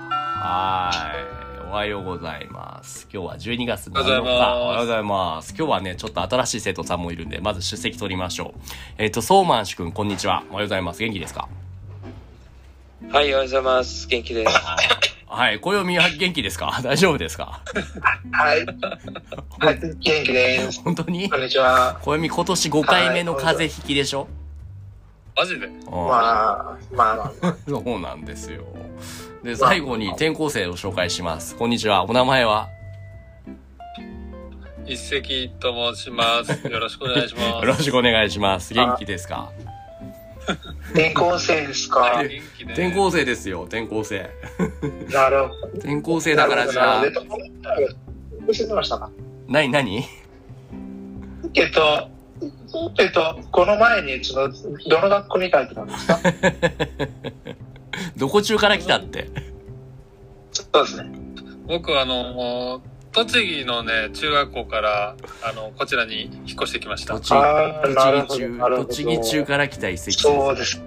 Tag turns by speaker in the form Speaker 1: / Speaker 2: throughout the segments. Speaker 1: はい。おはようございます。今日は12月7日。
Speaker 2: おはようございます
Speaker 1: おはようございます。今日はね、ちょっと新しい生徒さんもいるんで、まず出席取りましょう。えっ、と、ソーマンシュ君、こんにちは。おはようございます。元気ですか
Speaker 2: はい、おはようございます。元 気です。
Speaker 1: はい。暦は元気ですか 大丈夫ですか
Speaker 3: はい。はい、元気です。
Speaker 1: 本当に
Speaker 3: こんにちは。
Speaker 1: 暦今年5回目の風邪ひきでしょ、
Speaker 2: マジで
Speaker 1: うん
Speaker 3: まあ、まあまあまあ、
Speaker 1: そうなんですよ。で、最後に転校生を紹介します。こんにちは。お名前は
Speaker 2: 一石と申します。よろしくお願い しま
Speaker 1: よ
Speaker 2: す。
Speaker 1: ろしくお願いします。元気ですか
Speaker 3: 転校生ですか
Speaker 2: はい。元気で。
Speaker 1: 転校生ですよ、転校生。
Speaker 3: なるほど。
Speaker 1: 転校生だからじゃあ
Speaker 3: な、るほどなるほど教えてましたか。
Speaker 1: なになに
Speaker 3: えっと、えっと、この前に、その、どの学校に帰ってたんですか
Speaker 1: どこ中から来たって。
Speaker 3: そうですね。
Speaker 2: 僕あの、栃木のね、中学校から、あの、こちらに引っ越してきました。
Speaker 1: 栃木
Speaker 3: あーなるほ
Speaker 1: 栃木
Speaker 3: どな
Speaker 1: 中、
Speaker 3: るほど
Speaker 1: 栃木中から来た一石で
Speaker 3: そうです。
Speaker 1: す。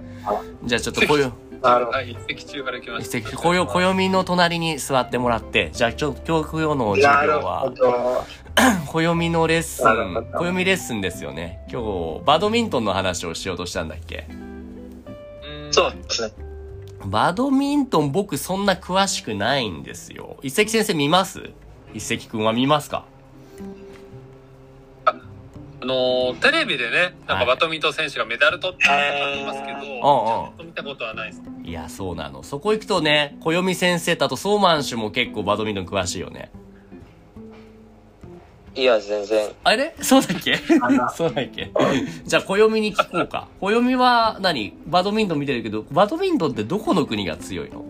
Speaker 1: じゃあちょっとこよ、
Speaker 3: なるほど。
Speaker 2: はい、一石中から来ま
Speaker 1: 一
Speaker 2: した。
Speaker 1: 石、 こよ、こよみの隣に座ってもらって、じゃあちょっと教育用の授
Speaker 3: なる
Speaker 1: 業
Speaker 3: ほ
Speaker 1: は、
Speaker 3: ど。
Speaker 1: こよみのレッス
Speaker 3: なるほ
Speaker 1: ン、
Speaker 3: ど
Speaker 1: こよみレッスンですよね。今日、バドミントンの話をしようとしたんだっけ
Speaker 2: うん
Speaker 3: そうですね。
Speaker 1: バドミントン僕そんな詳しくないんですよ。一石先生見ます一石くんは見ますか
Speaker 2: あの、テレビでね、な
Speaker 1: は
Speaker 2: んか
Speaker 1: い
Speaker 2: バドミントン選手がメダル取っていますけ
Speaker 1: う
Speaker 2: ど、
Speaker 1: んうん。
Speaker 2: 見たことはないです。
Speaker 1: いや、そうなの。そこ行くとね、暦先生とあとソーマン氏も結構バドミントン詳しいよね。
Speaker 4: いや、全然。
Speaker 1: あれそうだっけ
Speaker 3: あの
Speaker 1: そうだっけじゃあ、暦に聞こうか。暦は何、バドミントン見てるけど、バドミントンってどこの国が強いの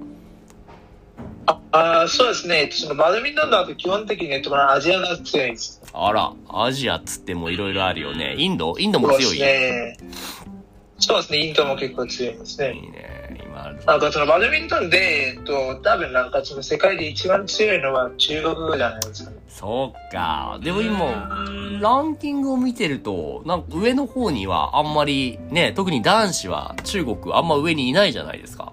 Speaker 3: あーそうですね。えっとそのバドミントンだと基本的に、えっと、このアジアが強いんです。
Speaker 1: あら、アジアっつってもいろいろあるよね。インドインドも
Speaker 3: そうで
Speaker 1: 強
Speaker 3: す
Speaker 1: い。
Speaker 3: ね。そうですね。インドも結構強いですね。
Speaker 1: いいね。今ある。
Speaker 3: なんかそのバドミントンで、えっと、多分なんかその世界で一番強いのは中国じゃないですかね。
Speaker 1: そうか。でも今、ランキングを見てると、なんか上の方にはあんまりね、特に男子は中国あんま上にいないじゃないですか。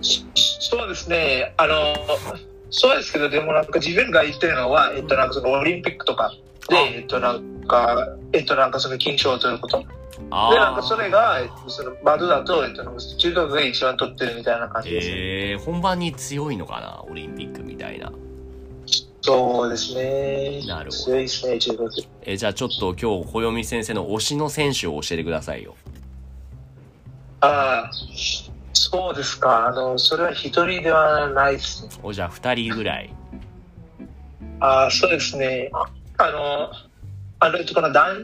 Speaker 3: しそうですね、あの、そうですけど、でもなんか自分が言ってるのは、えっとなんかそのオリンピックとかで、
Speaker 1: あ
Speaker 3: えっとなんか、えっとなんかその緊張を取ること。で、
Speaker 1: あー
Speaker 3: なんかそれが、えっとそのバドだと、えっとなんか中国が一番取ってるみたいな感じです。
Speaker 1: えー、本番に強いのかなオリンピックみたいな。
Speaker 3: そうですね。
Speaker 1: なるほど
Speaker 3: 強いですね、中国。
Speaker 1: えーじゃあちょっと今日、暦先生の推しの選手を教えてくださいよ。
Speaker 3: ああ、そうですか。あの、それは一人ではないですね。
Speaker 1: お、じゃあ二人ぐらい。
Speaker 3: あーそうですね。あの、あの、えっと、この男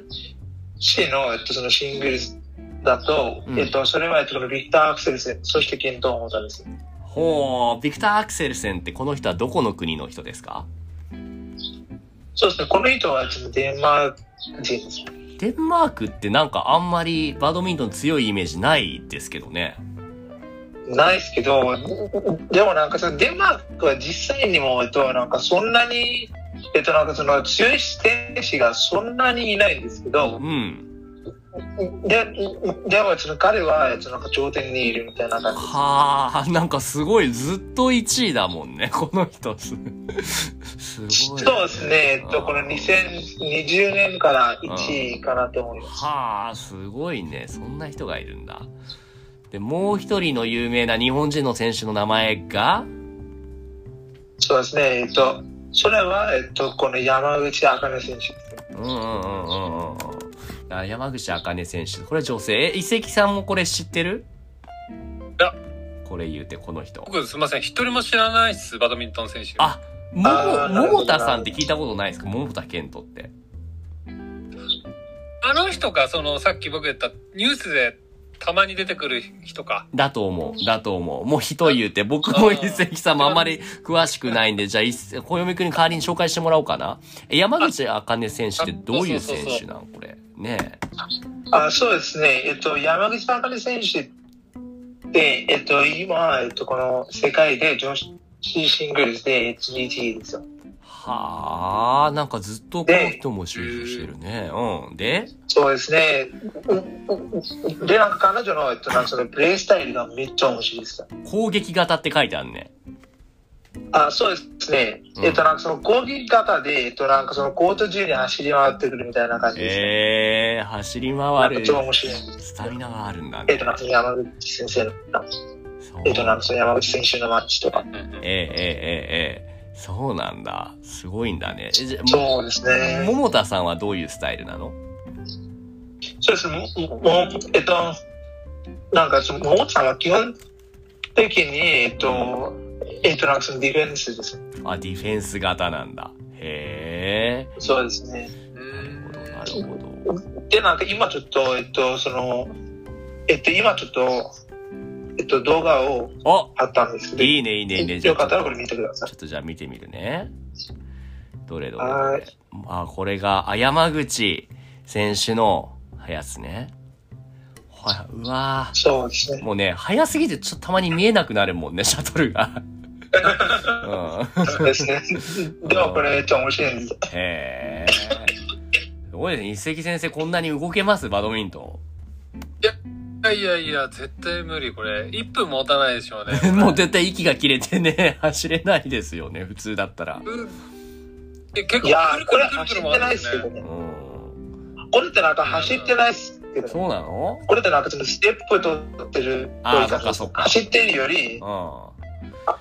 Speaker 3: 子の、えっと、そのシングルスだと、
Speaker 1: うん
Speaker 3: えっと、それは、えっと、このビクター・アクセルセン、そしてケント・モータです。
Speaker 1: ほう、ビクター・アクセルセンってこの人はどこの国の人ですか
Speaker 3: そうですね、この人は、ちょっとデンマーク人です。
Speaker 1: デンマークってなんかあんまりバドミントン強いイメージないですけどね。
Speaker 3: ないですけど、でもなんか、そのデンマークは実際にも、えっと、なんかそんなに、えっと、なんかその強い選手がそんなにいないんですけど、
Speaker 1: うん。
Speaker 3: で、でも、その彼は、えっと、なんか頂点にいるみたいな感じ。
Speaker 1: はあ、なんかすごい、ずっと1位だもんね、この人。すすごい。
Speaker 3: そうですね、えっと、この2020年から1位かなと思います。
Speaker 1: はあすごいねそんな人がいるんだでもう一人の有名な日本人の選手の名前が
Speaker 3: そうですね、えっと、それは、えっと、この山口茜選手ですね。
Speaker 1: うんうんうんうんうんあ山口茜選手これ女性え一石さんもこれ知ってる
Speaker 2: いや
Speaker 1: これ言うてこの人
Speaker 2: 僕、すみません、一人も知らないっす、バドミントン選手。
Speaker 1: あも
Speaker 3: あーなるほど
Speaker 1: 桃田さんって聞いたことないですか桃田健人って
Speaker 2: あの人か、その、さっき僕言った、ニュースでたまに出てくる人か。
Speaker 1: だと思うだと思うもう人言うて僕も一石さんもあんまり詳しくないんでじゃあ一石小読み君に代わりに紹介してもらおうかなえ山口茜選手ってどういう選手なんこれねえ
Speaker 3: あそうですね、えっと、山口茜選手って、えっと、今、えっと、この世界で女子シングルスで1位ですよ。
Speaker 1: はあ、なんかずっとこの人も就職してるね。うん。で、
Speaker 3: そうですね。で、なんか彼女の、えっと、なんかそのプレイスタイルがめっちゃ面白いです。
Speaker 1: 攻撃型って書いてあるね。
Speaker 3: あそうですね、
Speaker 1: うん
Speaker 3: えっと、なんかその攻撃型で、えっと、なんかそのコート中に走り回ってくるみたいな感じです、ね。
Speaker 1: えー、走り
Speaker 3: な
Speaker 1: 回
Speaker 3: んか
Speaker 1: る。
Speaker 3: 超面白い。
Speaker 1: スタミナがあるんだ
Speaker 3: えっ
Speaker 1: ね
Speaker 3: と、。なんかその山口先生の、
Speaker 1: そう
Speaker 3: えっと、なんかその山口選手のマッチとか。
Speaker 1: ええええええそうなんだ。すごいんだね。えじゃも
Speaker 3: そうですね。
Speaker 1: 桃田さんはどういうスタイルなの
Speaker 3: そうですね。ももえっと、なんかその、ももさんは基本的に、えっと、えっと、なんかそのディフェンスです。
Speaker 1: あ、ディフェンス型なんだ。へ
Speaker 3: そうですね。
Speaker 2: う
Speaker 1: え。なるほど、
Speaker 2: ん
Speaker 1: なるほど。
Speaker 3: で、なんか今ちょっと、えっと、その、えっと、今ちょっと、えっと、動画を
Speaker 1: お
Speaker 3: 貼ったんですけど、
Speaker 1: いいね、いいね、いいね。じゃ
Speaker 3: よ
Speaker 1: あちょっ
Speaker 3: か
Speaker 1: と
Speaker 3: ったらこれ見てください
Speaker 1: ちょ。っとじゃあ見てみるね。どれどれ
Speaker 3: はい。
Speaker 1: あ、これが、あ、山口選手のやつね。ほら、うわ
Speaker 3: そうですね。
Speaker 1: もうね、早すぎてちょっとたまに見えなくなるもんね、 シャトルが。うん。
Speaker 3: そうで すね。でもこれめっちゃ面白いんで。
Speaker 1: へえ。すごいですね。一石先生、こんなに動けますバドミント
Speaker 2: いやいやいや、絶対無理、これ。1分持たないでしょうね。
Speaker 1: ン。 もう絶対息が切れてね、 走れないですよね、普通だったら。
Speaker 2: うんえ結
Speaker 3: い
Speaker 2: 構
Speaker 3: やー、これ
Speaker 2: くるく
Speaker 3: 走
Speaker 2: るくるくる
Speaker 3: ってないですけど
Speaker 1: う
Speaker 3: ね。
Speaker 1: ん。
Speaker 3: これってなんか走ってないですけどね。
Speaker 1: そうなの
Speaker 3: これってなんかちょっとステップ取ってる
Speaker 1: あーそっかそっか
Speaker 3: 走ってるより、
Speaker 1: う
Speaker 3: あ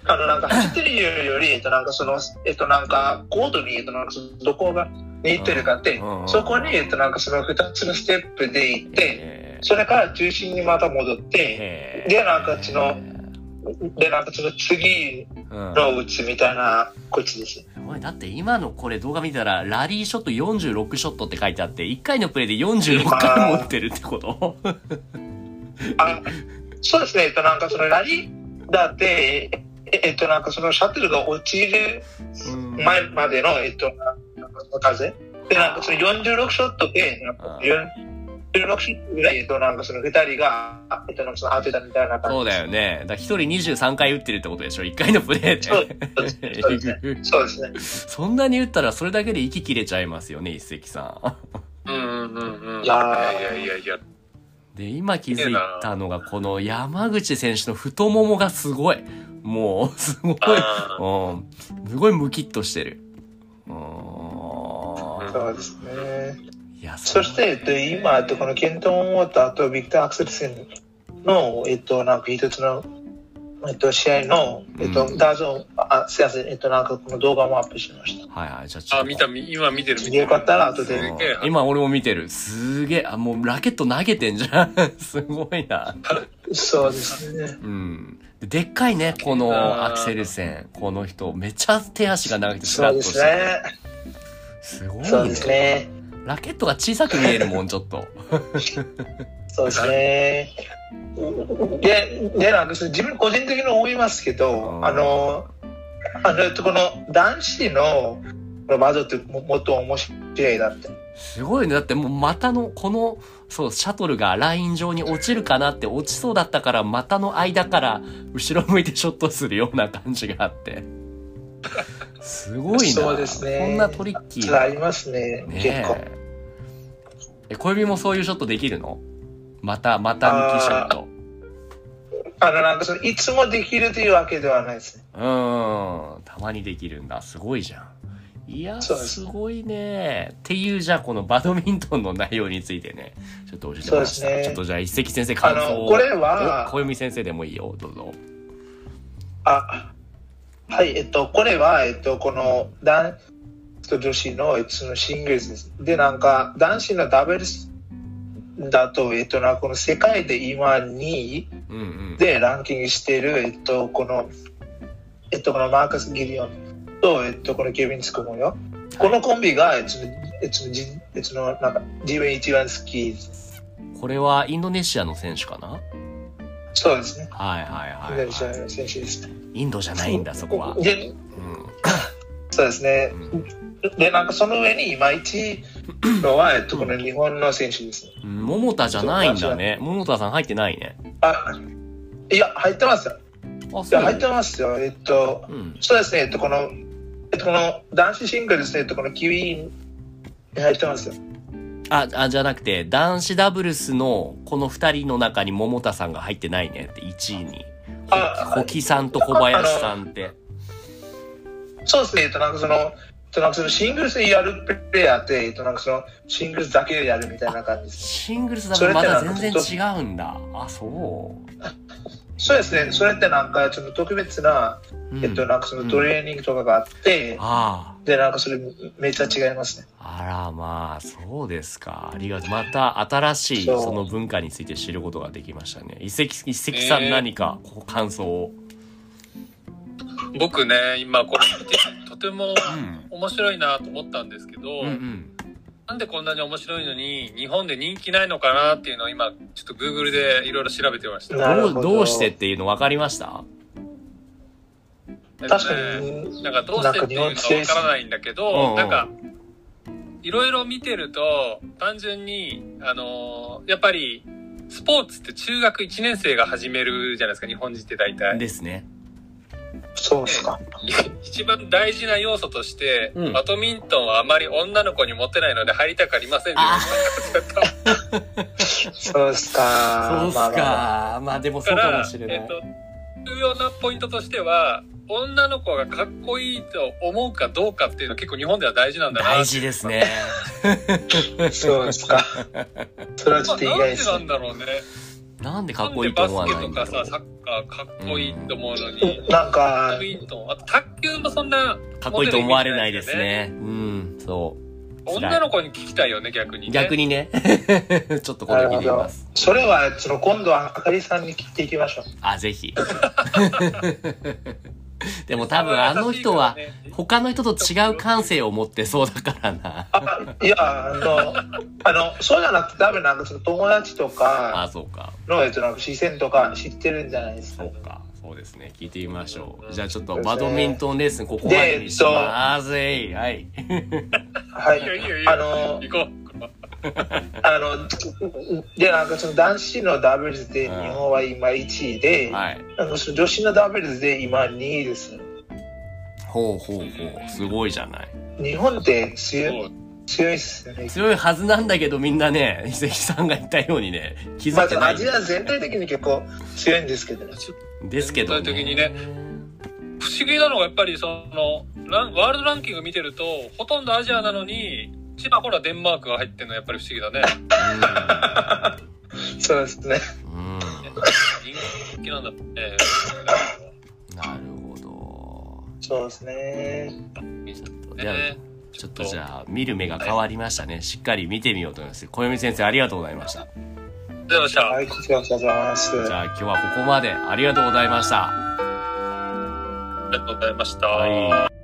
Speaker 3: のな んか走ってるより、えっとなんかその、えっとなんかコードに、えっとなんかそのどこが似てるかって
Speaker 1: うんうんうん、
Speaker 3: そこに、えっとなんかその二つのステップで行っ
Speaker 1: ん。
Speaker 3: て、
Speaker 1: え
Speaker 3: それから中心にまた戻って、
Speaker 1: え
Speaker 3: でなんかあっちので、なんかその次
Speaker 1: うん。
Speaker 3: の打つみたいな、こっちです。
Speaker 1: すごいだって今のこれ動画見たら、ラリーショット46ショットって書いてあって、1回のプレイで46回も打ってるってこと
Speaker 3: あそうですね、えっと、なんかそのラリーだって、ええっと、なんかそのシャトルが落ちる
Speaker 1: うん
Speaker 3: 前までの、えっと、なんかその風で、なんかその46ショットで、なんか46ショットぐらい、えっと、なんかその2人が、えっと、なんかその当てたみたいな感じ。
Speaker 1: そうだよね。だから1人23回打ってるってことでしょ ?1 回のプレイで。
Speaker 3: そうそうですね。そうですね。
Speaker 1: そんなに打ったらそれだけで息切れちゃいますよね、一石さ
Speaker 2: うんうんうんうん。
Speaker 3: いやー
Speaker 2: いやいやいや。
Speaker 1: ん。 で、今気づいたのが、この山口選手の太ももがすごい。もう、 すごい。
Speaker 2: あ
Speaker 1: うん。すごいムキッとしてる。うん。
Speaker 3: そうですね。
Speaker 1: いや、
Speaker 3: そして、えっと、今、えっと、このケント・モモタとビクター・アクセルセンの、えっと、なんか一つの、えっと、試合の、えっと、
Speaker 1: うん
Speaker 3: ダーゾン、あ、すいません、えっと、なんかこの動画もアップしました。
Speaker 1: はいはい、じゃあちょっ
Speaker 2: あ、
Speaker 1: と
Speaker 2: 見た、み今見てる見て
Speaker 3: よ
Speaker 2: る。
Speaker 3: かったら後
Speaker 2: す
Speaker 3: で。
Speaker 2: げえ
Speaker 1: 今俺も見てる。すげえ。あ、もうラケット投げてんじゃん。 すごいな。
Speaker 3: そうですね。
Speaker 1: うん。ででっかいね、このアクセルセン。この人。めっちゃ手足が長くてス
Speaker 3: そ
Speaker 1: ラ
Speaker 3: う
Speaker 1: ッ
Speaker 3: で
Speaker 1: とし
Speaker 3: す
Speaker 1: てる。
Speaker 3: ね。
Speaker 1: すご
Speaker 3: そう
Speaker 1: い
Speaker 3: です
Speaker 1: ね。
Speaker 3: ね。
Speaker 1: ラケットが小さく見えるもん、ちょっと。
Speaker 3: そうですね。で、で、なんかその自分個人的に思いますけ
Speaker 1: う
Speaker 3: ど、
Speaker 1: ん
Speaker 3: あの、あの、えっとこの男子の、このバドってももっと面白いなって。
Speaker 1: すごいね。だってもう股の、この、そう、シャトルがライン上に落ちるかなって落ちそうだったから、股の間から後ろ向いてショットするような感じがあって。すごいな。
Speaker 3: そうですね
Speaker 1: こんなトリッキー
Speaker 3: それあ
Speaker 1: な。
Speaker 3: りますね、
Speaker 1: ね
Speaker 3: 結構。
Speaker 1: え。え、小指もそういうショットできるのまた、また抜きショット。
Speaker 3: あの、なんかその、いつもできるというわけではないですね。
Speaker 1: うーん。たまにできるんだ。すごいじゃん。いや、
Speaker 3: そうです
Speaker 1: すごいね。っていう、じゃあ、このバドミントンの内容についてね、ちょっと教えてもらいました。
Speaker 3: そうですね
Speaker 1: ちょっとじゃあ、一石先生
Speaker 3: あ
Speaker 1: 感想
Speaker 3: の、
Speaker 1: を。
Speaker 3: これ
Speaker 1: お
Speaker 3: は、
Speaker 1: 小読先生でもいいよ、どうぞ。
Speaker 3: あ、はい、えっと、これは、えっと、この、男子と女子の、えっと、そのシングルスです。で、なんか、男子のダブルスだと、えっと、なんかこの世界で今2位
Speaker 1: うんうん。
Speaker 3: でランキングしてる、えっと、この、えっと、このマーカス・ギリオンと、えっと、このケビン・スクモよ。このコンビが、えっと、えっと、じえっと、なんか、G1 スキーズ。
Speaker 1: これはインドネシアの選手かな
Speaker 3: そうですね。
Speaker 1: はいはい
Speaker 3: イン
Speaker 1: はい、
Speaker 3: ドネシア
Speaker 1: は
Speaker 3: の選手です。
Speaker 1: い。インドじゃないんだ、そこは。
Speaker 3: で
Speaker 1: う
Speaker 3: そうですね。
Speaker 1: ん。
Speaker 3: で、なんかその上にいまいちのは、えっと、この日本の選手ですね。
Speaker 1: うん。桃田じゃないんだね。桃田さん入ってないね。
Speaker 3: あ、いや、入ってますよ。
Speaker 1: あ、
Speaker 3: い
Speaker 1: そ
Speaker 3: や、
Speaker 1: う。
Speaker 3: 入ってますよ。えっと、
Speaker 1: うん。
Speaker 3: そうですね、えっと、この、えっと、この男子シングルですね、えっと、このキウイに入ってますよ。
Speaker 1: あ、あ、じゃなくて、男子ダブルスのこの二人の中に桃田さんが入ってないねって、1位に。
Speaker 3: あ
Speaker 1: 小木さんと小林さんって。
Speaker 3: そうですね、えっと、なんかその、えっと、なんかそのシングルスでやるプレイヤーって、えっと、なんかその、シングルスだけでやるみたいな感じです。
Speaker 1: シングルスだ
Speaker 3: そ
Speaker 1: と
Speaker 3: れっ
Speaker 1: ま
Speaker 3: て
Speaker 1: だ
Speaker 3: なんか
Speaker 1: 全然違うんだ。あ、そう。
Speaker 3: そうですね、それってなんか、その特別な、
Speaker 1: うん
Speaker 3: えっと、なんかそのトレーニングとかがあって、
Speaker 1: あ
Speaker 3: で、なんかそれめっちゃ違いますね。
Speaker 1: あ。あら、まあ、そうですか。ありがとう。また新しい
Speaker 3: そう
Speaker 1: その文化について知ることができましたね。一石一石さ
Speaker 2: え
Speaker 1: ん
Speaker 2: ー
Speaker 1: 何かこう感想を。
Speaker 2: 僕ね今これ見てとても
Speaker 1: うん。
Speaker 2: 面白いなと思ったんですけど、
Speaker 1: うんうん。
Speaker 2: なんでこんなに面白いのに日本で人気ないのかなっていうのを今ちょっと Google でいろいろ調べてました。
Speaker 3: なる
Speaker 1: どう
Speaker 3: ほど
Speaker 1: どうしてっていうの分かりました
Speaker 2: えっとね
Speaker 3: 確かに、
Speaker 2: なんかどうしてっていうのかわからないんだけ
Speaker 1: うんう
Speaker 2: ど、
Speaker 1: ん
Speaker 2: なんか、いろいろ見てると、単純に、あのーやっぱり、スポーツって中学1年生が始めるじゃないですか、日本人って大体。
Speaker 1: ですね。
Speaker 3: そうですか。
Speaker 2: 一番大事な要素として、
Speaker 1: うん
Speaker 2: バドミントンはあまり女の子に持てないので入りたくありませんって
Speaker 1: あ
Speaker 2: 言われた
Speaker 3: そうですか。
Speaker 1: そうっす
Speaker 3: まあまあ
Speaker 1: か。まあでも
Speaker 2: か
Speaker 1: そうからもしれな
Speaker 2: えっ
Speaker 1: い。
Speaker 2: と、重要なポイントとしては、女の子がかっこいいと思うかどうかっていうのは結構日本では大事なんだなって
Speaker 1: 大事ですね。
Speaker 3: そうです か。それはち
Speaker 2: まあ
Speaker 3: ょっと
Speaker 2: なん
Speaker 3: 意外で
Speaker 2: ですな
Speaker 3: ね
Speaker 2: ん。だろうね。
Speaker 1: なんでか
Speaker 2: な
Speaker 1: っ
Speaker 2: ん
Speaker 1: こ
Speaker 2: で
Speaker 1: いいと
Speaker 2: バス
Speaker 1: 思わ
Speaker 2: ケ
Speaker 1: ない
Speaker 2: と
Speaker 1: ん
Speaker 2: か
Speaker 1: だろ
Speaker 2: さ、
Speaker 1: う
Speaker 2: サ。ッカーかっこいいと思うのに、
Speaker 3: なん
Speaker 2: バ
Speaker 3: か
Speaker 2: ド、ミントン、あと卓球もそんな、
Speaker 1: かっこいいと思われないですね。うん、そ
Speaker 2: 女の子に聞きたいよね、逆に、
Speaker 1: う。
Speaker 2: ね。
Speaker 1: 逆
Speaker 2: に。
Speaker 1: にね。 ちょっとこれ
Speaker 3: なる
Speaker 1: 聞い
Speaker 3: ほ
Speaker 1: てみ
Speaker 3: ど
Speaker 1: ます。。
Speaker 3: それは、その、今度はあかりさんに聞いていきましょう。
Speaker 1: あ、ぜひ。 でも多分あの人は他の人と違う感性を持ってそうだからな。
Speaker 3: あ、いや、あの、 あの、そうじゃなくて、多分なんかその友達とか
Speaker 1: あ、そうか。
Speaker 3: の、えっと、なんか視線とか知ってるんじゃないですか
Speaker 1: そ。うか。そうですね。聞いてみましょう。じゃあちょっとバドミントンレースンここま
Speaker 3: で
Speaker 1: でにします。はい。
Speaker 3: はい
Speaker 2: いいよいいよいいよ
Speaker 3: あの、
Speaker 2: 行こう。
Speaker 3: あの、で、なんかその男子のダブルスで日本は今1位で、
Speaker 1: はい。
Speaker 3: なんかその女子のダブルスで今2位です。
Speaker 1: ほうほうほう。すごいじゃない。
Speaker 3: 日本って強
Speaker 2: そ
Speaker 3: いう強いですよね。
Speaker 1: 強いはずなんだけどみんなね、伊関さんが言ったようにね、気
Speaker 3: ま
Speaker 1: づいて
Speaker 3: あ、
Speaker 1: な
Speaker 3: ア
Speaker 1: い
Speaker 3: ジア全体的に結構強いんですけどね。
Speaker 1: ですけど、ね。
Speaker 2: 全体的にね不思議なのがやっぱりそのランワールドランキング見てるとほとんどアジアなのに千葉ほらデンマークが入ってるのやっぱり不思議だね
Speaker 3: そうですね。
Speaker 1: うん。うん
Speaker 2: 人気なんだって
Speaker 1: なるほ
Speaker 3: そうですね。
Speaker 1: ど。じゃあ、
Speaker 2: ね
Speaker 1: ちょっとじゃあ、見る目が変わりましたね。しっかり見てみようと思います。小読先生、ありがとうございました。
Speaker 2: ありがとうございました
Speaker 3: はい、こちらこそありがとうございます。
Speaker 1: じゃあ、今日はここまで。ありがとうございました。
Speaker 2: ありがとうございました、
Speaker 1: はい。